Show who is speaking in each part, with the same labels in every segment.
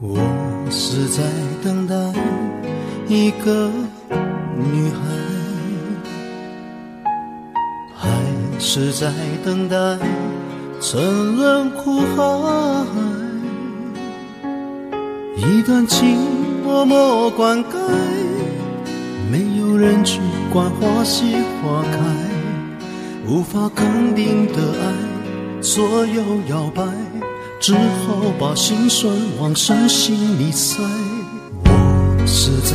Speaker 1: 我是在等待一个女孩，还是在等待沉沦苦海？一段情默默灌溉，没有人去管花谢花开，无法肯定的爱，左右摇摆，只好把心酸往深心里塞。我是在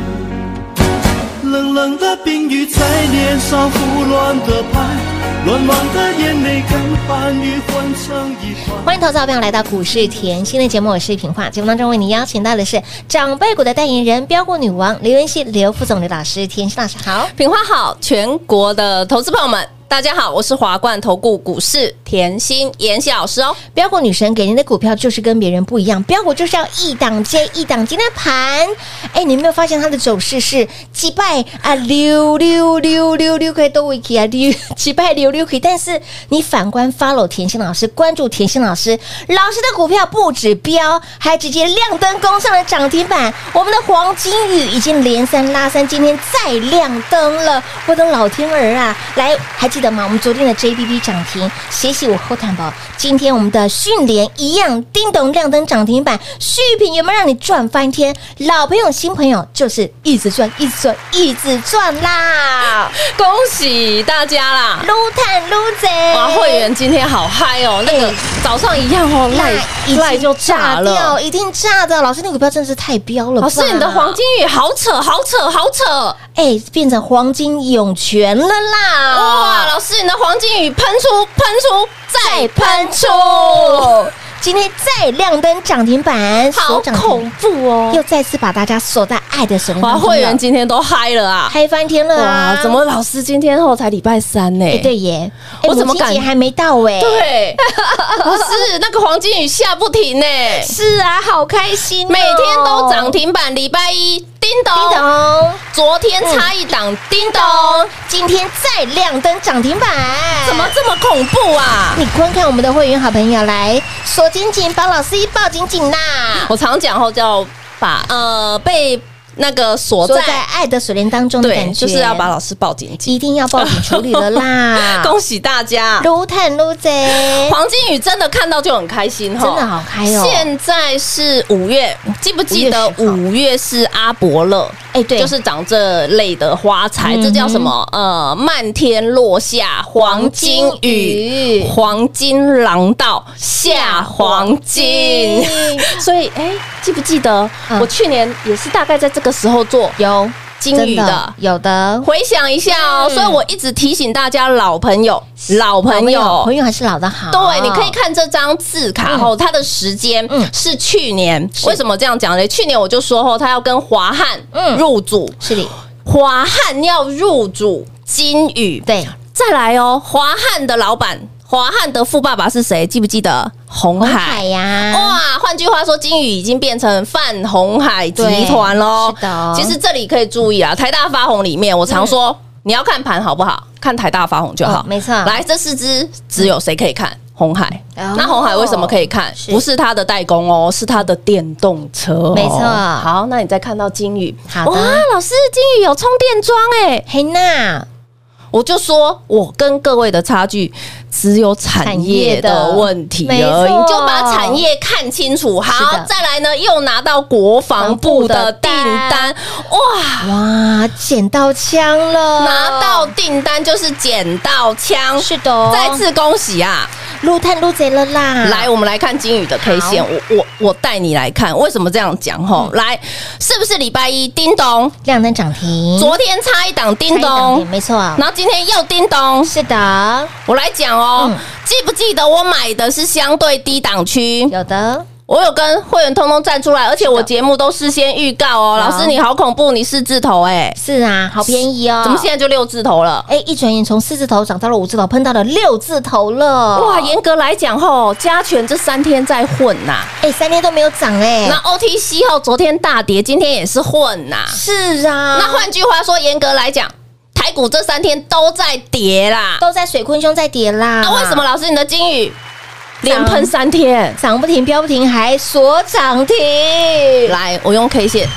Speaker 1: 冷冷的冰雨在脸上胡乱的拍，乱乱的眼泪跟寒雨混成一团。
Speaker 2: 欢迎投资者朋友来到股市甜心的节目，我是平化。节目当中为您邀请到的是长辈股的代言人标股女王刘元熙、刘副总、刘老师，甜心老师好。
Speaker 3: 品花好，全国的投资朋友们，大家好，我是华冠投顾股市甜心妍希老师哦。
Speaker 2: 标股女神给您的股票就是跟别人不一样，标股就是要一档接一档。今天盘，哎，你有没有发现它的走势是击败啊溜溜溜溜溜可以都 wiki 啊溜击败溜溜可以，但是你反观 follow 甜心老师，关注甜心老师，老师的股票不止标，还直接亮灯攻上了涨停板。我们的黄金雨已经连三拉三，今天再亮灯了，我的老天儿啊！来，还记得吗？我们昨天的 JBB 涨停，写洗我后坦保。今天我们的迅联一样，叮咚亮灯涨停板，续品有没有让你赚翻天？老朋友、新朋友就是一直赚，一直赚，一直赚 啦！
Speaker 3: 恭喜大家啦！
Speaker 2: 撸探撸贼，
Speaker 3: 哇，会员今天好嗨哦，那个
Speaker 2: 哎
Speaker 3: 早上一样哦，赖赖就炸
Speaker 2: 掉，
Speaker 3: 了。
Speaker 2: 一定炸的。老师，那股票真是太彪了吧，
Speaker 3: 老师，你的黄金雨好扯，好扯，好扯！
Speaker 2: 哎、变成黄金涌泉了啦！
Speaker 3: 哇，老师，你的黄金雨喷出，喷出，再喷出，
Speaker 2: 今天再亮灯涨停板，
Speaker 3: 好
Speaker 2: 锁涨停
Speaker 3: 恐怖哦！
Speaker 2: 又再次把大家锁在爱的神
Speaker 3: 哇，会员今天都嗨了啊！
Speaker 2: 嗨翻天了啊！
Speaker 3: 哇，怎？么老师今天后才礼拜三呢？
Speaker 2: 哎、对耶，哎
Speaker 3: 我怎么
Speaker 2: 母亲节
Speaker 3: 敢
Speaker 2: 还没到哎、
Speaker 3: 对，老师那个黄金雨下不停呢，
Speaker 2: 是啊，好开心哦、
Speaker 3: 每天都涨停板。礼拜一叮
Speaker 2: 叮
Speaker 3: 咚，
Speaker 2: 咚，
Speaker 3: 昨天差一档叮咚，
Speaker 2: 今天再亮灯涨停板，哎
Speaker 3: 怎么？这么恐怖啊？
Speaker 2: 你观看我们的会员好朋友来锁紧紧，把老师一抱紧紧啦！
Speaker 3: 我常讲后叫把呃被那个锁
Speaker 2: 坐在
Speaker 3: 在
Speaker 2: 爱的水帘当中的
Speaker 3: 对，
Speaker 2: 感觉，
Speaker 3: 就是要把老师抱紧紧
Speaker 2: 一。定要报警处理了 啦！
Speaker 3: 恭喜大家！
Speaker 2: 撸探撸贼，
Speaker 3: 黄金雨真的看到就很开心哈，
Speaker 2: 真的好嗨哦
Speaker 3: 现在是五月，记不记得
Speaker 2: 五月十号
Speaker 3: 五月是阿伯乐？
Speaker 2: 哎对
Speaker 3: 就是长这类的花材，
Speaker 2: 嗯
Speaker 3: 这叫什么？呃，漫天落下黄金雨，黄金廊道下黄金。 所以，哎，记不记得
Speaker 2: 嗯
Speaker 3: 我去年也是大概在这个时候做
Speaker 2: 有
Speaker 3: 金
Speaker 2: 真
Speaker 3: 鱼的？
Speaker 2: 有的。
Speaker 3: 回想一下哦，
Speaker 2: 嗯
Speaker 3: 所以我一直提醒大家，老朋友，老朋友
Speaker 2: 朋，友还是老的好。
Speaker 3: 对，你可以看这张字卡后，它的时间
Speaker 2: 嗯
Speaker 3: 是去年。为什么这样讲呢？去年我就说后，他要跟华汉
Speaker 2: 嗯
Speaker 3: 入主，
Speaker 2: 是的，
Speaker 3: 华汉要入主金宇。
Speaker 2: 对，
Speaker 3: 再来哦，华汉的老板，华汉的富爸爸是谁？记不记得？红
Speaker 2: 红海啊
Speaker 3: 海。
Speaker 2: 呀，哦
Speaker 3: 哇，换句话说，金宇已经变成泛红海集团喽。
Speaker 2: 对是的嗯
Speaker 3: 其实这里可以注意啊，台大发红里面，我常说、你要看盘好不好，看台大发红就好。
Speaker 2: 嗯没错
Speaker 3: 哦来，这四只只有谁可以看？红海。
Speaker 2: 哦
Speaker 3: 那红海为什么可以看？
Speaker 2: 是
Speaker 3: 不是它的代工哦，是它的电动车、哦。
Speaker 2: 没错
Speaker 3: 好，那你再看到金宇，
Speaker 2: 好的
Speaker 3: 哇，老师，金宇有充电桩哎、
Speaker 2: 嘿娜，
Speaker 3: 我就说我跟各位的差距只有产业的问题
Speaker 2: 产业的
Speaker 3: 而
Speaker 2: 没
Speaker 3: 已，
Speaker 2: 错
Speaker 3: 你就把产业看清楚。
Speaker 2: 是
Speaker 3: 好
Speaker 2: 的，
Speaker 3: 再来呢，又拿到国防部的订单，哇！
Speaker 2: 哇，捡到枪了，
Speaker 3: 啊拿到订单就是捡到枪，
Speaker 2: 呃是的哦
Speaker 3: 再次恭喜啊！
Speaker 2: 撸探撸贼了啦！
Speaker 3: 来，，我们来看金宇的 K 线，
Speaker 2: 好嗯
Speaker 3: 我我我带你来看，为什么这样讲吼？来，是不是礼拜一叮咚？
Speaker 2: 亮灯涨停，
Speaker 3: 昨天差一档叮
Speaker 2: 开涨停
Speaker 3: 咚，
Speaker 2: 没错，
Speaker 3: 然后今天又叮咚，
Speaker 2: 是的，
Speaker 3: 我来讲哦，
Speaker 2: 嗯
Speaker 3: 记不记得我买的是相对低档区？
Speaker 2: 有的，
Speaker 3: 我有跟会员通通站出来，而且我节目都事先预告哦。
Speaker 2: 好
Speaker 3: 老师你好恐怖，你四字头哎、
Speaker 2: 是啊，好便宜哦。
Speaker 3: 怎么现在就六字头了？
Speaker 2: 哎，一转眼从四字头涨到了五字头，喷到了六字头了。
Speaker 3: 哇，严格来讲吼，加权这三天在混呐、
Speaker 2: 哎，三天都没有涨哎
Speaker 3: 那。OTC 后昨天大跌，今天也是混呐、
Speaker 2: 是啊，
Speaker 3: 那换句话说，严格来讲，台股这三天都在跌啦。
Speaker 2: 都在水坤兄在跌啦。
Speaker 3: 啊，为什么老师你的金宇连喷三天？
Speaker 2: 涨不停，飙不停，还锁涨停？
Speaker 3: 来，我用 K 线，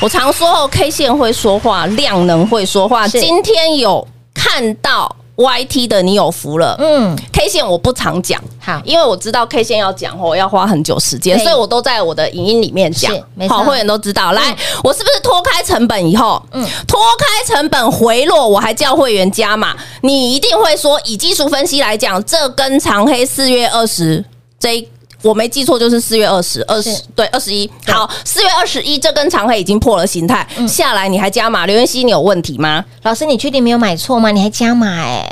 Speaker 3: 我常说哦，K 线会说话，量能会说话。
Speaker 2: 是
Speaker 3: 今天有看到 YT 的，你有福了。
Speaker 2: 嗯，
Speaker 3: K 线我不常讲，
Speaker 2: 好，
Speaker 3: 因为我知道 K 线要讲哦，要花很久时间，
Speaker 2: 对
Speaker 3: 所以我都在我的影音里面讲
Speaker 2: 是没，错嗯
Speaker 3: 好会员都知道。来，我是不是脱开成本以后，脱开成本回落，我还叫会员加码？你一定会说，以技术分析来讲，这根长黑四月二十这一。我没记错，就是四月二十二十
Speaker 2: 是，
Speaker 3: 对，二十一。好，四月二十一这根长黑已经破了形态，
Speaker 2: 嗯
Speaker 3: 下来你还加码？刘元熙，你有问题吗？
Speaker 2: 老师，你确定没有买错吗？你还加码哎？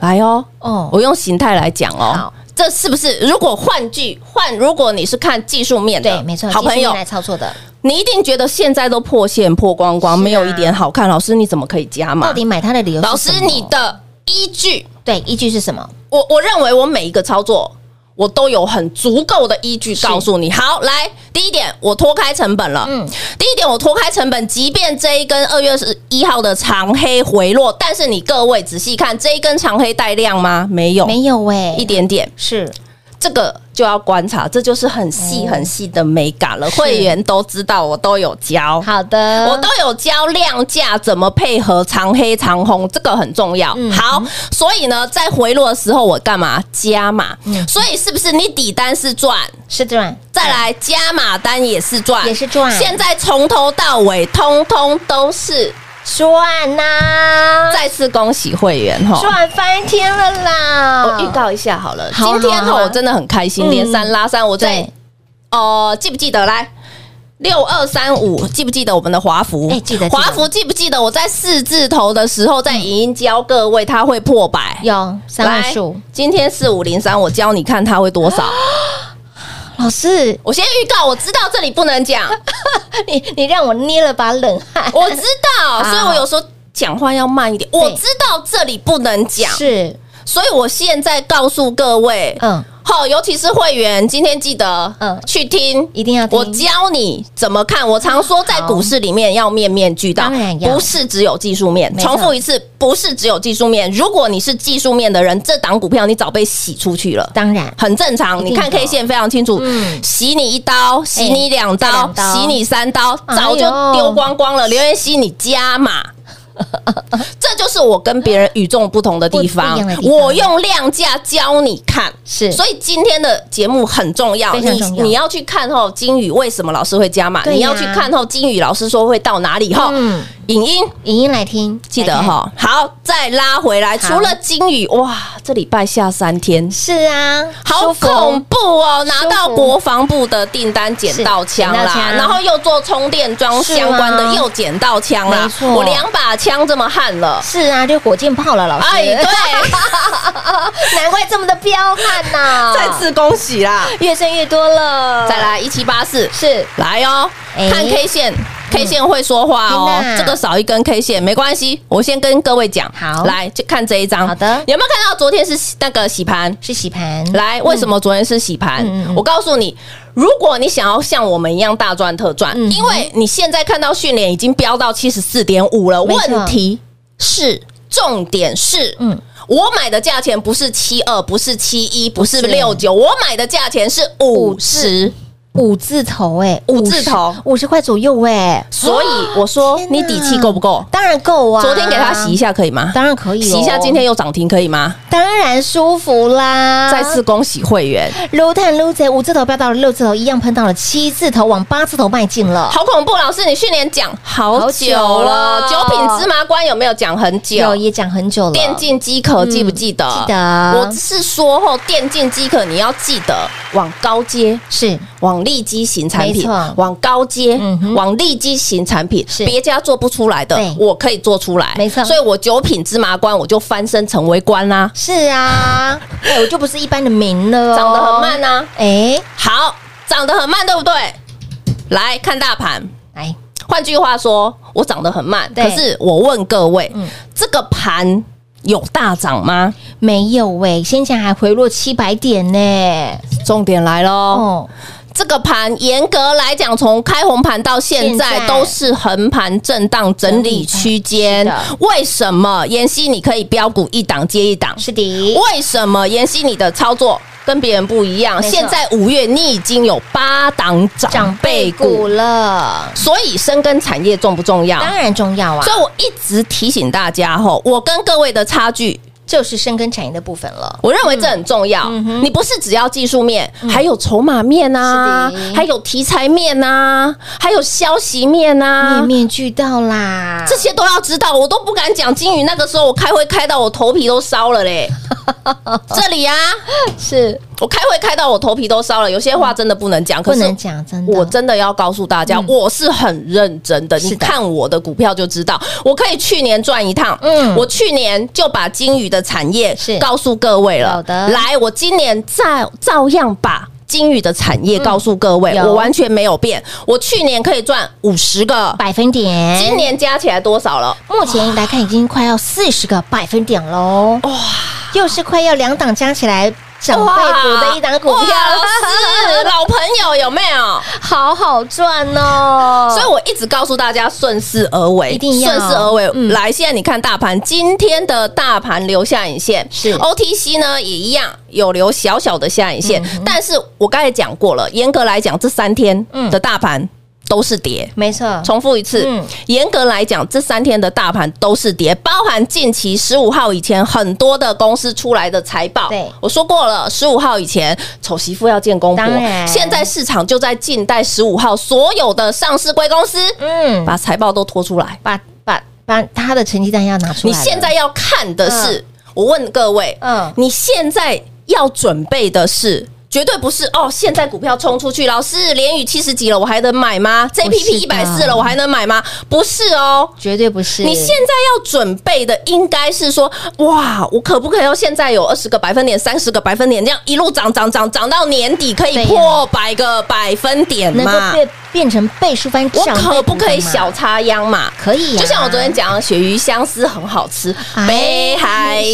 Speaker 3: 来哦，
Speaker 2: 哦，
Speaker 3: 我用形态来讲哦
Speaker 2: 好，
Speaker 3: 这是不是？如果换句换，如果你是看技术面的，
Speaker 2: 对，没错，
Speaker 3: 好朋
Speaker 2: 技术面
Speaker 3: 友
Speaker 2: 来，操作的，
Speaker 3: 你一定觉得现在都破线破光光，
Speaker 2: 是啊
Speaker 3: 没有一点好看。老师，你怎么可以加码
Speaker 2: 到？底买它的理由是
Speaker 3: 老
Speaker 2: 什么？
Speaker 3: 师，你的依据，
Speaker 2: 对依据是什么？
Speaker 3: 我我认为我每一个操作。我都有很足够的依据告诉你。好，来，第一点，我脱开成本了。
Speaker 2: 嗯
Speaker 3: 嗯，第一点，我脱开成本，即便这一根二月十一号的长黑回落，但是你各位仔细看，这一根长黑带量吗？没有，
Speaker 2: 没有哎，
Speaker 3: 一点点。
Speaker 2: 是哦
Speaker 3: 这个就要观察，这就是很细很细的美感了。
Speaker 2: 是
Speaker 3: 会员都知道，我都有教，
Speaker 2: 好的，
Speaker 3: 我都有教量价怎么配合长黑长红，这个很重要。
Speaker 2: 嗯
Speaker 3: 好，所以呢，在回落的时候，我干嘛加码？
Speaker 2: 嗯
Speaker 3: 所以是不是你底单是赚？
Speaker 2: 是赚，
Speaker 3: 再来加码单也是赚，
Speaker 2: 哎也是赚
Speaker 3: 现在从头到尾，通通都是。
Speaker 2: 赚呐，
Speaker 3: 再次恭喜会员哈！
Speaker 2: 赚翻天了啦！
Speaker 3: 哦我预告一下好了，
Speaker 2: 嗯好啊
Speaker 3: 今天
Speaker 2: 好
Speaker 3: 哈
Speaker 2: 啊
Speaker 3: 我真的很开心，
Speaker 2: 嗯
Speaker 3: 连三拉三，我在
Speaker 2: 对，
Speaker 3: 哦，记不记得来？六二三五，记不记得我们的华孚？
Speaker 2: 哎记得记得
Speaker 3: 华孚记不记得我在四字头的时候，在影音教各位，它会破百。
Speaker 2: 有三位数
Speaker 3: 来。今天四五零三，我教你看它会多 少。
Speaker 2: 老师，
Speaker 3: 我先预告，我知道这里不 能讲，
Speaker 2: 你你让我捏了把冷汗。
Speaker 3: 我知道，
Speaker 2: 好
Speaker 3: 所以我有时候讲话要慢一点。
Speaker 2: 对
Speaker 3: 我知道这里不能讲，
Speaker 2: 是，
Speaker 3: 所以我现在告诉各位，
Speaker 2: 嗯，
Speaker 3: 好，尤其是会员，今天记得
Speaker 2: 嗯
Speaker 3: 嗯去听，
Speaker 2: 一定要听
Speaker 3: 我教你怎么看。我常说，在股市里面要面面俱到
Speaker 2: 当然，要
Speaker 3: 不是只有技术面。
Speaker 2: 没错
Speaker 3: 重复一次，不是只有技术面。如果你是技术面的人，这档股票你早被洗出去了。
Speaker 2: 当然
Speaker 3: 很正常，
Speaker 2: 一
Speaker 3: 你
Speaker 2: 定
Speaker 3: 看
Speaker 2: 的
Speaker 3: K 线非常清楚，
Speaker 2: 嗯
Speaker 3: 洗你一刀，洗你两
Speaker 2: 再
Speaker 3: 刀
Speaker 2: 两，刀
Speaker 3: 洗你三刀，
Speaker 2: 哎呦
Speaker 3: 早就丢光光了。刘元熙，你 加码。这就是我跟别人与众不同的地
Speaker 2: 不
Speaker 3: 方
Speaker 2: 不一样的，地方
Speaker 3: 我用量价教你看，
Speaker 2: 是
Speaker 3: 所以今天的节目很重要，
Speaker 2: 非常重要
Speaker 3: 你你要去看后金宇为什么老师会加码，
Speaker 2: 对呀
Speaker 3: 你要去看后金宇老师说会到哪里后
Speaker 2: 嗯，
Speaker 3: 影音
Speaker 2: 影音来听，
Speaker 3: 记得
Speaker 2: 来看。
Speaker 3: 哈，好，再拉回来，
Speaker 2: 好
Speaker 3: 除了金宇，哇，这礼拜下三天，
Speaker 2: 是啊，
Speaker 3: 好
Speaker 2: 舒服
Speaker 3: 恐怖哦！
Speaker 2: 舒服
Speaker 3: 拿到国防部的订单，捡到枪
Speaker 2: 是捡到
Speaker 3: 啦
Speaker 2: 枪，
Speaker 3: 然后又做充电桩
Speaker 2: 是啊
Speaker 3: 相关的，又捡到枪啦
Speaker 2: 没。错
Speaker 3: 我两把枪这么焊了，
Speaker 2: 是啊，就火箭炮了，老师。
Speaker 3: 哎， 对，
Speaker 2: 难怪这么的彪悍呐、
Speaker 3: 再次恭喜啦！
Speaker 2: 越升越多了。
Speaker 3: 再来一七八四，
Speaker 2: 呃是
Speaker 3: 来哦，
Speaker 2: 哎
Speaker 3: 看 K 线。K 线会说话哦
Speaker 2: 天，哪
Speaker 3: 这个少一根 K 线没关系，我先跟各位讲，
Speaker 2: 好
Speaker 3: 来就看这一张，
Speaker 2: 好的
Speaker 3: 有没有看到昨天是那个洗盘？
Speaker 2: 是洗盘，
Speaker 3: 来，为什么昨天是洗
Speaker 2: 嗯
Speaker 3: 盘？
Speaker 2: 嗯嗯嗯
Speaker 3: 我告诉你，如果你想要像我们一样大赚特赚，
Speaker 2: 嗯
Speaker 3: 因为你现在看到训练已经飙到七十四点五了，
Speaker 2: 没错
Speaker 3: 问题是重点是，
Speaker 2: 嗯
Speaker 3: 嗯。我买的价钱不是七二，不是七一，不是
Speaker 2: 不是
Speaker 3: 六九，我买的价钱是五十。
Speaker 2: 五字头哎，
Speaker 3: 五字头
Speaker 2: 五十块左右哎，
Speaker 3: 所以我说
Speaker 2: 天哪
Speaker 3: 你底气够不够？
Speaker 2: 当然够啊。
Speaker 3: 昨天给他洗一，下可以吗？
Speaker 2: 当然可以哦
Speaker 3: 洗一下，今天又涨停可以吗？
Speaker 2: 当然舒服啦。
Speaker 3: 再次恭喜会员，
Speaker 2: 撸碳撸贼，五字头飙到了六字头，一样喷到了七字头，往八字头迈进了。
Speaker 3: 好恐怖！老师，你去年讲好
Speaker 2: 好
Speaker 3: 久
Speaker 2: 久
Speaker 3: 了，
Speaker 2: 了
Speaker 3: 九品芝麻官有没有讲很久？
Speaker 2: 有也讲很久了，
Speaker 3: 电竞机壳记不记得？
Speaker 2: 记得
Speaker 3: 我是说后电竞机壳你要记得往高阶。
Speaker 2: 是
Speaker 3: 往利基型产
Speaker 2: 没
Speaker 3: 品
Speaker 2: 错，
Speaker 3: 往高阶，
Speaker 2: 嗯哼
Speaker 3: 往利基型产品，
Speaker 2: 是
Speaker 3: 别家做不出来的
Speaker 2: 对，
Speaker 3: 我可以做出来，
Speaker 2: 没错
Speaker 3: 所以我九品芝麻官，我就翻身成为官啦、
Speaker 2: 是啊，哎、我就不是一般的民了、哦，
Speaker 3: 长得很慢。啊。
Speaker 2: 哎、
Speaker 3: 好，长得很慢，对不对？来看大盘，
Speaker 2: 来，
Speaker 3: 换句话说，我长得很慢，
Speaker 2: 对
Speaker 3: 可是我问各位，
Speaker 2: 嗯
Speaker 3: 这个盘有大涨吗？
Speaker 2: 没有喂、先前还回落七百点呢、
Speaker 3: 重点来喽。
Speaker 2: 哦，
Speaker 3: 这个盘严格来讲，从开红盘到现在
Speaker 2: 现在
Speaker 3: 都是横盘震荡整理区间
Speaker 2: 整理是。
Speaker 3: 为什么妍希你可以标股一档接一档？
Speaker 2: 是的，
Speaker 3: 为什么妍希你的操作跟别人不一样？
Speaker 2: 没错
Speaker 3: 现在五月你已经有八档长
Speaker 2: 长辈
Speaker 3: 辈股
Speaker 2: 股，了，
Speaker 3: 所以深耕产业重不重要？
Speaker 2: 当然重要啊
Speaker 3: 所，以我一直提醒大家吼，我跟各位的差距
Speaker 2: 就是深耕产业的部分了。
Speaker 3: 我认为这很重要。
Speaker 2: 嗯
Speaker 3: 你不是只要技术面，还有筹码面啊
Speaker 2: 是的，
Speaker 3: 还有题材面啊，还有消息面啊
Speaker 2: 面。面俱到啦，
Speaker 3: 这些都要知道，我都不敢讲。金鱼那个时候，我开会开到我头皮都烧了 嘞。这里呀、啊
Speaker 2: 是
Speaker 3: 我开会开到我头皮都烧了。有些话真的不能讲，可
Speaker 2: 不
Speaker 3: 是
Speaker 2: 能讲真的，嗯
Speaker 3: 我真的要告诉大家，我是很认真的。
Speaker 2: 是的
Speaker 3: 你看我的股票就知道，我可以去年赚一趟。嗯
Speaker 2: 嗯，
Speaker 3: 我去年就把金鱼的产业
Speaker 2: 是
Speaker 3: 告诉各位了。
Speaker 2: 好的
Speaker 3: 来，我今年照照样把。金鱼的产业告诉各位，
Speaker 2: 嗯有
Speaker 3: 我完全没有变。我去年可以赚五十个，
Speaker 2: 百分点，
Speaker 3: 今年加起来多少了？
Speaker 2: 目前来看已经快要四十个百分点喽，哇，又是快要两档加起来长辈股的一档股
Speaker 3: 哇
Speaker 2: 票
Speaker 3: 哇是
Speaker 2: 了，
Speaker 3: 老朋友有没有？
Speaker 2: 好好赚哦。
Speaker 3: 所以我一直告诉大家顺势而为，
Speaker 2: 一定要
Speaker 3: 顺势而为。
Speaker 2: 嗯
Speaker 3: 来，现在你看大盘，今天的大盘留下影线，
Speaker 2: 是
Speaker 3: OTC 呢也一样有留小小的下影线，但是我刚才讲过了，严格来讲，这三天
Speaker 2: 嗯
Speaker 3: 的大盘都是跌。
Speaker 2: 没错，
Speaker 3: 重复一次
Speaker 2: 嗯，
Speaker 3: 严、格来讲，这三天的大盘都是跌，包含近期十五号以前很多的公司出来的财报。
Speaker 2: 对
Speaker 3: 我说过了，十五号以前丑媳妇要见公婆
Speaker 2: 当，然
Speaker 3: 现在市场就在静待十五号所有的上市贵公司、
Speaker 2: 嗯，
Speaker 3: 把财报都拖出来。
Speaker 2: 把把把他的成绩单要拿出
Speaker 3: 你
Speaker 2: 来了，
Speaker 3: 现在要看的是，我问各位，
Speaker 2: 嗯
Speaker 3: 你现在要准备的是。绝对不是哦！现在股票冲出去，老师连宇七十几了，我还能买吗？JPP 一
Speaker 2: 不
Speaker 3: 百
Speaker 2: 是
Speaker 3: 四
Speaker 2: 的
Speaker 3: 了，我还能买吗？不是哦，
Speaker 2: 绝对不是
Speaker 3: 你现在要准备的应该是说，哇，我可不可以要现在有二十个百分点、三十个百分点，这样一路涨涨涨涨到年底可以
Speaker 2: 对呀
Speaker 3: 破百个百分点
Speaker 2: 能
Speaker 3: 嘛
Speaker 2: 够？变变成倍数翻
Speaker 3: 我
Speaker 2: 长辈股的嘛，
Speaker 3: 可不可以小插秧嘛？
Speaker 2: 可以呀
Speaker 3: 就像我昨天讲的，鳕鱼香丝很好吃，
Speaker 2: 哎
Speaker 3: 北海。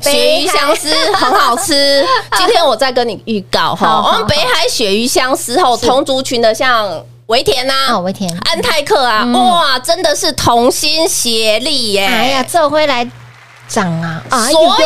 Speaker 3: 鳕鱼香丝很好吃，今天我再跟你预告哈，
Speaker 2: 哎好好
Speaker 3: 我们北海鳕鱼香丝后，同族群的像维田呐、
Speaker 2: 啊？我天，
Speaker 3: 安泰克啊，
Speaker 2: 嗯
Speaker 3: 哇，真的是同心协力耶！
Speaker 2: 哎呀，这回来涨啊！哎呦
Speaker 3: 所以，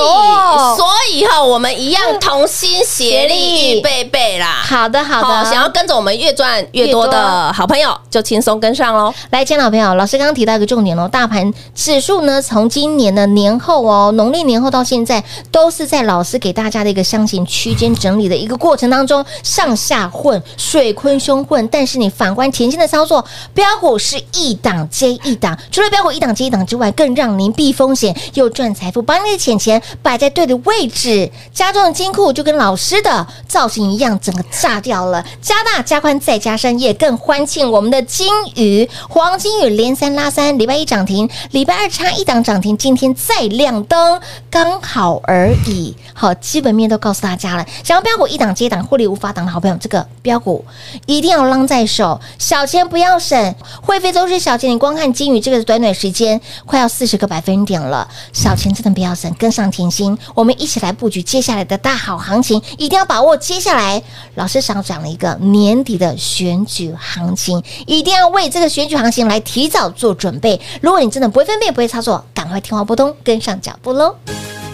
Speaker 3: 所以哈，我们一样同心协
Speaker 2: 协
Speaker 3: 力，
Speaker 2: 力
Speaker 3: 预备备啦。
Speaker 2: 好的好的，
Speaker 3: 想要跟着我们越赚越多
Speaker 2: 越多
Speaker 3: 的好朋友，就轻松跟 上喽。
Speaker 2: 来，亲爱的老朋友，老师刚刚提到一个重点哦，大盘指数呢，从今年的年后哦，农历年后到现在，都是在老师给大家的一个箱型区间整理的一个过程当中，上下混，水坤凶混。但是你反观甜心的操作，标股是一档接一档，除了标股一档接一档之外，更让您避风险又赚财富，把你的钱钱摆在对的位置，家中的金库就跟老师的造型一样，整个炸掉了，加大加宽再加深，也更欢庆我们的金鱼黄金鱼连三拉三，礼拜一涨停，礼拜二差一档涨停，今天再亮灯，刚好而已。好，基本面都告诉大家了，想要标股一档接档获利无法挡的好朋友，这个标股一定要浪在手，小钱不要省，会费都是小钱，你光看金鱼这个短短时间快要四十个百分点了，小钱真的不要省，跟上甜心，我们一起来布局接下来的大好行情，一定要把握接下来。老师少讲了一个年底的选举行情，一定要为这个选举行情来提早做准备。如果你真的不会分辨、不会操作，赶快听话拨通，跟上脚步喽。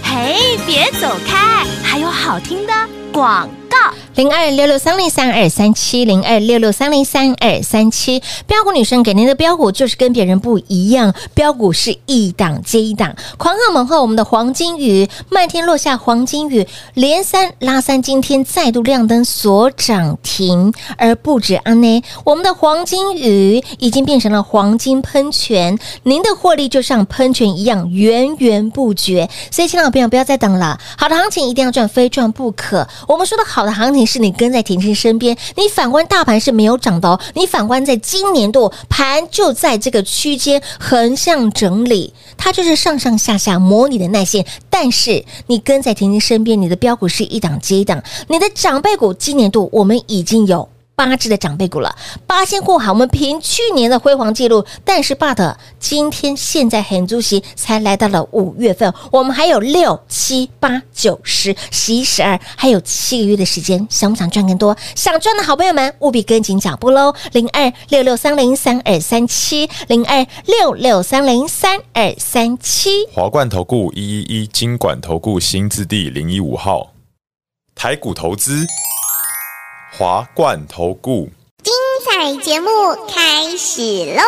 Speaker 4: 嘿，别走开，还有好听的广告。
Speaker 2: 零二六六三零三二三七零二六六三零三二三七。标股女生给您的标股就是跟别人不一样，标股是一档接一档，狂贺猛贺我们的黄金雨，漫天落下黄金雨，连三拉三，今天再度亮灯所涨停，而不止安呢，我们的黄金雨已经变成了黄金喷泉，您的获利就像喷泉一样源源不绝，所以亲爱的朋友不要再等了，好的行情一定要赚，非赚不可。我们说的好的行情是你跟在甜心身边，你反观大盘是没有涨的哦，你反观在今年度盘就在这个区间横向整理，它就是上上下下模拟的耐线。但是你跟在甜心身边，你的标股是一档接一档，你的长辈股今年度我们已经有。八只的长辈股了，八仙过海，我们凭去年的辉煌记录，但是 but 今天现在很主席才来到了五月份，我们还有六七八九十十一十二，还有七个月的时间，想不想赚更多？想赚的好朋友们，务必跟紧脚步喽！零二六六三零三二三七，零二六六三零三二三七。
Speaker 5: 华冠投顾一一一金管投顾新字第零一五号，台股投资，华冠投顾。
Speaker 4: 彩节目开始喽！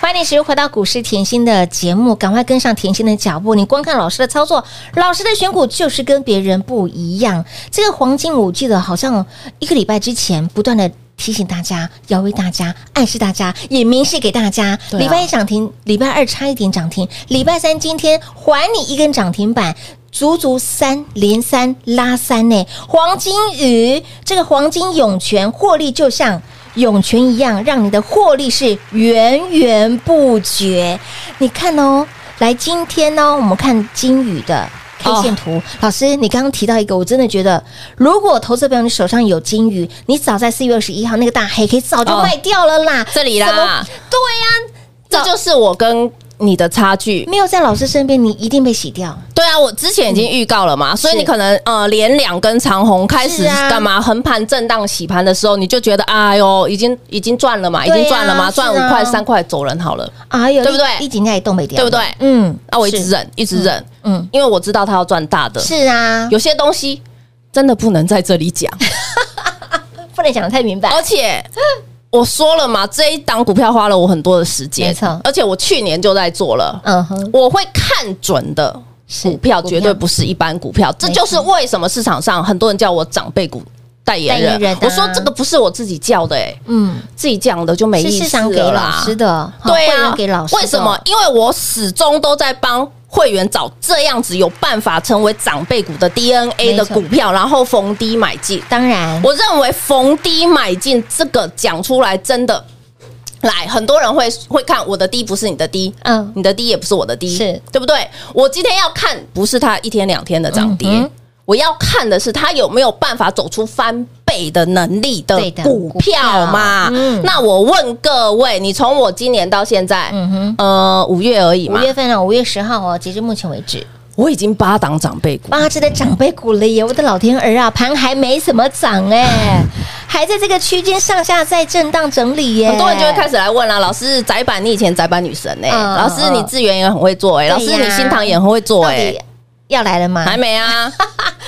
Speaker 2: 欢迎你，时回到股市甜心的节目，赶快跟上甜心的脚步。你光看老师的操作，老师的选股就是跟别人不一样。这个黄金，我记得好像一个礼拜之前不断的提醒大家、摇为大家、暗示大家，也明示给大家。
Speaker 3: 对啊
Speaker 2: 礼拜一涨停，礼拜二差一点涨停，礼拜三今天还你一根涨停板。足足三连三拉三呢，黄金鱼这个黄金涌泉获利就像涌泉一样，让你的获利是源源不绝。你看哦，来今天哦呢、我们看金鱼的。K
Speaker 3: 哦
Speaker 2: 线图，老师，你刚刚提到一个，我真的觉得，如果投资朋友你手上有金鱼，你早在四月二十一号那个大黑 K 早就
Speaker 3: 哦
Speaker 2: 卖掉了啦，
Speaker 3: 这里
Speaker 2: 怎么
Speaker 3: 啦，
Speaker 2: 对呀、
Speaker 3: 这就是我跟你的差距。
Speaker 2: 没有在老师身边，你一定被洗掉。
Speaker 3: 对啊，我之前已经预告了嘛，所以
Speaker 2: 嗯是
Speaker 3: 你可能呃连两根长红开始
Speaker 2: 是啊
Speaker 3: 干嘛横盘震荡洗盘的时候，你就觉得哎呦，已经已经赚了嘛，已
Speaker 2: 对啊
Speaker 3: 经赚了嘛，
Speaker 2: 是啊
Speaker 3: 赚五块三块走人好了。
Speaker 2: 哎呦，
Speaker 3: 对不对
Speaker 2: 一紧在东北掉，
Speaker 3: 对不对
Speaker 2: 嗯，
Speaker 3: 那我一直
Speaker 2: 是
Speaker 3: 忍，一直忍，
Speaker 2: 嗯
Speaker 3: 嗯，因为我知道他要赚大的。
Speaker 2: 是啊，
Speaker 3: 有些东西真的不能在这 里讲，
Speaker 2: 不能讲的太明白，
Speaker 3: 而且我说了嘛，这一档股票花了我很多的时间，
Speaker 2: 没错
Speaker 3: 而且我去年就在做了，
Speaker 2: 嗯哼，
Speaker 3: 我会看准的
Speaker 2: 是
Speaker 3: 股票绝对不是一般股票，这就是为什么市场上很多人叫我长辈股代言
Speaker 2: 代言
Speaker 3: 人。
Speaker 2: 人啊
Speaker 3: 我说这个不是我自己叫的、欸，
Speaker 2: 嗯，
Speaker 3: 自己讲的就没
Speaker 2: 是
Speaker 3: 意
Speaker 2: 市
Speaker 3: 思
Speaker 2: 场给
Speaker 3: 了
Speaker 2: 老
Speaker 3: 啦。
Speaker 2: 师的，好
Speaker 3: 对
Speaker 2: 会
Speaker 3: 啊
Speaker 2: 员，给老师的
Speaker 3: 为什么？？因为我始终都在帮会员找这样子有办法成为长辈股的 DNA 的
Speaker 2: 没错
Speaker 3: 股票，然后逢低买进。
Speaker 2: 当然，
Speaker 3: 我认为逢低买进这个讲出来真的。来，很多人会会看我的低不是你的低，
Speaker 2: 嗯
Speaker 3: 嗯，你的低也不是我的低，
Speaker 2: 是
Speaker 3: 对不对？我今天要看不是它一天两天的涨跌，
Speaker 2: 嗯哼
Speaker 3: 我要看的是它有没有办法走出翻倍的能力的
Speaker 2: 对的
Speaker 3: 股票嘛。
Speaker 2: 股票嗯
Speaker 3: 那我问各位，你从我今年到现在，
Speaker 2: 嗯哼，
Speaker 3: 呃，五月而已
Speaker 2: 五
Speaker 3: 嘛，
Speaker 2: 月份啊，五月十号哦，截至目前为止，
Speaker 3: 我已经八档长辈股，
Speaker 2: 八只的长辈股了耶！我的老天儿啊，盘还没怎么涨哎，还在这个区间上下在震荡整理耶。
Speaker 3: 很多人就会开
Speaker 2: 始
Speaker 3: 始来问啦、老师窄板，你以前窄板女神哎、
Speaker 2: 嗯
Speaker 3: 老师
Speaker 2: 嗯
Speaker 3: 你智源也很会做
Speaker 2: 对
Speaker 3: 哎、
Speaker 2: 呀
Speaker 3: 老师你新塘也很会做哎、
Speaker 2: 要来了吗？
Speaker 3: 还没 啊，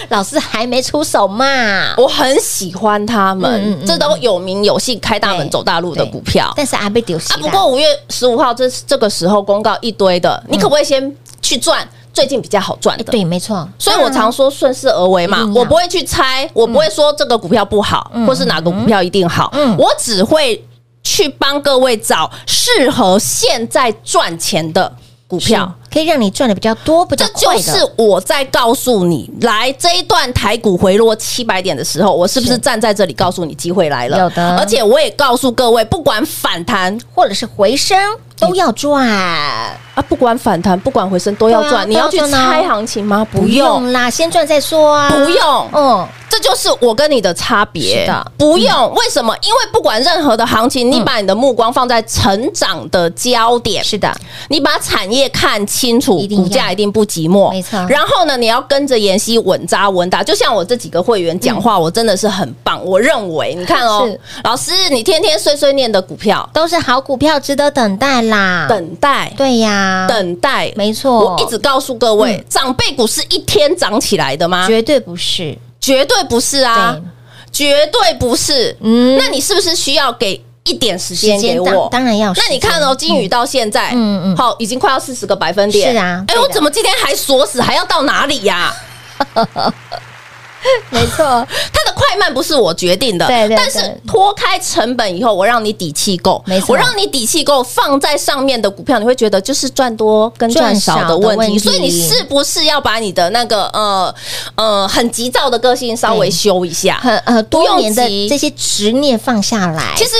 Speaker 2: 老师还没出手嘛。
Speaker 3: 我很喜欢他们，
Speaker 2: 嗯嗯嗯
Speaker 3: 这都有名有姓开大
Speaker 2: 对
Speaker 3: 门走大路的股票
Speaker 2: 但是阿贝丢弃
Speaker 3: 哦啊。不过五月十五号这这个时候公告一堆的，你可不可以先去赚最近比较好赚
Speaker 2: 哎
Speaker 3: 的？
Speaker 2: 对，没错，
Speaker 3: 所以我常说顺势而为
Speaker 2: 一
Speaker 3: 嘛
Speaker 2: 定，要
Speaker 3: 我不会去猜，我不会说这个股票不好，或是哪个股票一定好
Speaker 2: 嗯，
Speaker 3: 我只会去帮各位找适合现在赚钱的股票。
Speaker 2: 是可以让你赚的比较多，比较
Speaker 3: 这就
Speaker 2: 快
Speaker 3: 是
Speaker 2: 的。
Speaker 3: 我在告诉你，来这一段台股回落七百点的时候，我是不
Speaker 2: 是
Speaker 3: 是站在这里告诉你机会来了？
Speaker 2: 有的
Speaker 3: 而且我也告诉各位，不管反弹
Speaker 2: 或者是回升都要赚，
Speaker 3: 啊，不管反弹，不管回升都要
Speaker 2: 对啊
Speaker 3: 赚。你要去
Speaker 2: 都要赚啊
Speaker 3: 猜行情吗？不用，
Speaker 2: 啦，先赚再说啊，
Speaker 3: 不用
Speaker 2: 嗯，
Speaker 3: 这就是我跟你的差别。
Speaker 2: 是的嗯
Speaker 3: 不用、为什么？因为不管任何的行情，你把你的目光放在成长的焦点，
Speaker 2: 是的，
Speaker 3: 你把产业看清楚
Speaker 2: 一，定要
Speaker 3: 股价一定不寂寞，
Speaker 2: 没错
Speaker 3: 然后呢，你要跟着妍希稳扎稳打。就像我这几个会员讲话，我真的是很棒。我认为，你看哦
Speaker 2: 嗯是，
Speaker 3: 老师，你天天碎碎念的股票，
Speaker 2: 都是好股票，值得等待啦。，
Speaker 3: 等待，
Speaker 2: 嗯对呀，，
Speaker 3: 等待，
Speaker 2: 没错，
Speaker 3: 我一直告诉各位，
Speaker 2: 嗯
Speaker 3: 长辈股是一天涨起来的吗？
Speaker 2: 绝对不是，
Speaker 3: 绝对不是啊
Speaker 2: 对，
Speaker 3: 绝对不是。
Speaker 2: 嗯
Speaker 3: 那你是不是需要给一点时
Speaker 2: 时
Speaker 3: 间给
Speaker 2: 间
Speaker 3: 我
Speaker 2: 档？当然要时
Speaker 3: 那
Speaker 2: 间。
Speaker 3: 你看哦，金宇到现在，
Speaker 2: 嗯嗯
Speaker 3: 嗯嗯，好，已经快要四十个百分点。
Speaker 2: 是啊
Speaker 3: 哎，
Speaker 2: 对的
Speaker 3: 我怎么今天还锁死，还要到哪里呀？
Speaker 2: 没错，
Speaker 3: 它的快慢不是我决定的，
Speaker 2: 对对
Speaker 3: 但是
Speaker 2: 对
Speaker 3: 脱开成本以后，我让你底气够，
Speaker 2: 没错
Speaker 3: 我让你底气够，放在上面的股票，你会觉得就是赚多跟赚少的问
Speaker 2: 赚少的
Speaker 3: 题。
Speaker 2: 问题
Speaker 3: 所以你是不是要把你的那个呃呃很急躁的个性稍微
Speaker 2: 对
Speaker 3: 修一下？
Speaker 2: 很呃
Speaker 3: 不
Speaker 2: 多
Speaker 3: 用
Speaker 2: 年的
Speaker 3: 急
Speaker 2: 这些执念放下来，
Speaker 3: 其实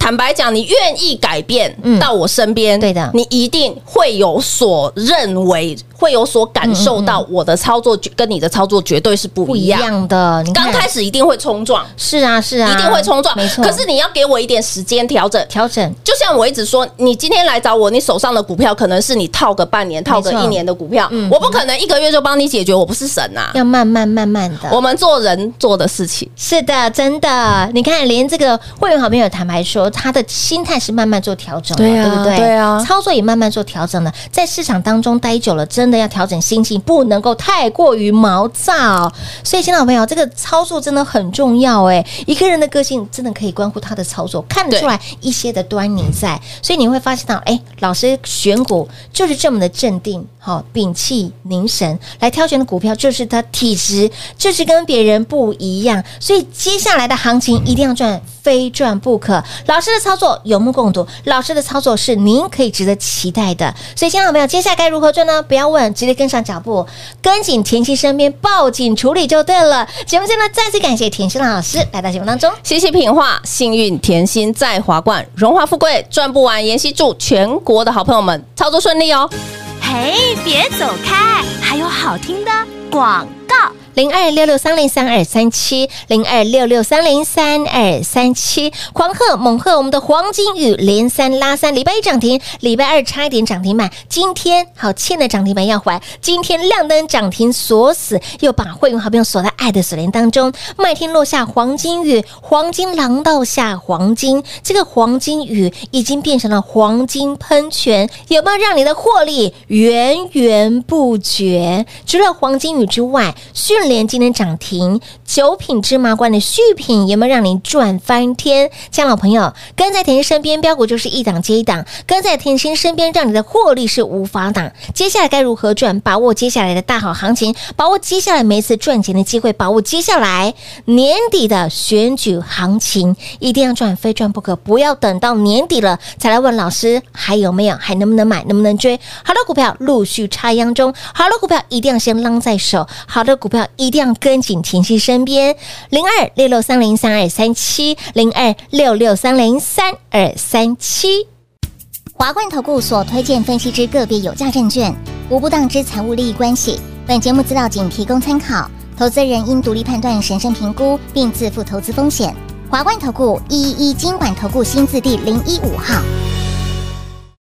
Speaker 3: 坦白讲，你愿意改变
Speaker 2: 嗯
Speaker 3: 到我身边，
Speaker 2: 对的
Speaker 3: 你一定会有所认为，会有所感受到我的操作跟你的操作绝对是不
Speaker 2: 嗯不
Speaker 3: 一
Speaker 2: 一
Speaker 3: 样。
Speaker 2: 样的。你看
Speaker 3: 刚开始一定会冲撞，
Speaker 2: 是啊是啊，
Speaker 3: 一定会冲撞，
Speaker 2: 没错。
Speaker 3: 可是你要给我一点时间调整。
Speaker 2: 调整
Speaker 3: 就像我一直说，你今天来找我，你手上的股票可能是你套个半年、套个一年的股票，
Speaker 2: 嗯
Speaker 3: 我不可能一个月就帮你解决，我不是神呐、
Speaker 2: 要慢慢慢慢的，
Speaker 3: 我们做人做的事情，
Speaker 2: 是的，真的，你看，连这个会员好朋友坦白说，他的心态是慢慢做调整的，
Speaker 3: 对啊
Speaker 2: 不对？
Speaker 3: 对啊
Speaker 2: 操作也慢慢做调整了。在市场当中待久了，真的要调整心情，不能够太过于毛躁。所以，亲爱的朋友，这个操作真的很重要哎。一个人的个性真的可以关乎他的操作，看得
Speaker 3: 对
Speaker 2: 出来一些的端倪在。所以你会发现到，哎，老师选股就是这么的镇定，好、屏气凝神来挑选的股票，就是他体质就是跟别人不一样。所以接下来的行情一定要赚，非赚不可。老师的操作有目共睹，老师的操作是您可以值得期待的。所以，亲爱的朋友，接下来该如何做呢？不要问，直接跟上脚步，跟紧甜心身边，抱紧处理就对了。节目现在再次感谢甜心老师来到节目当中。
Speaker 3: 谢谢品画，幸运甜心在华冠，荣华富贵赚不完。妍希祝全国的好朋友们操作顺利哦！
Speaker 6: 嘿，别走开，还有好听的广告。
Speaker 2: 零二六六三零三二三七，零二六六三零三二三七，狂贺猛贺我们的黄金雨连三拉三，礼拜一涨停，礼拜二差一点涨停板，今天好欠的涨停板要还，今天亮灯涨停锁死，又把会员好朋友锁在爱的锁链当中，麦天落下黄金雨，黄金廊道下黄金，这个黄金雨已经变成了黄金喷泉，有没有让你的获利源源不绝？除了黄金雨之外，迅联今天涨停，九品芝麻官的续品有没有让你赚翻天？亲爱的老朋友，跟在甜心身边，标股就是一档接一档，跟在甜心身边，让你的获利是无法挡。接下来该如何赚？把握接下来的大好行情，把握接下来每一次赚钱的机会，把握接下来年底的选举行情，一定要赚，非赚不可，不要等到年底了才来问老师还有没有，还能不能买，能不能追？好的股票陆续插秧中，好的股票一定要先浪在手，好的股票一定要跟紧甜心身边。零二六六三零三二三七，零二六六三零三二三七。
Speaker 4: 华冠投顾所推荐分析之个别有价证券，无不当之财务利益关系。本节目资料仅提供参考，投资人应独立判断、审慎评估，并自负投资风险。华冠投顾一一一金管投顾新字第零一五号。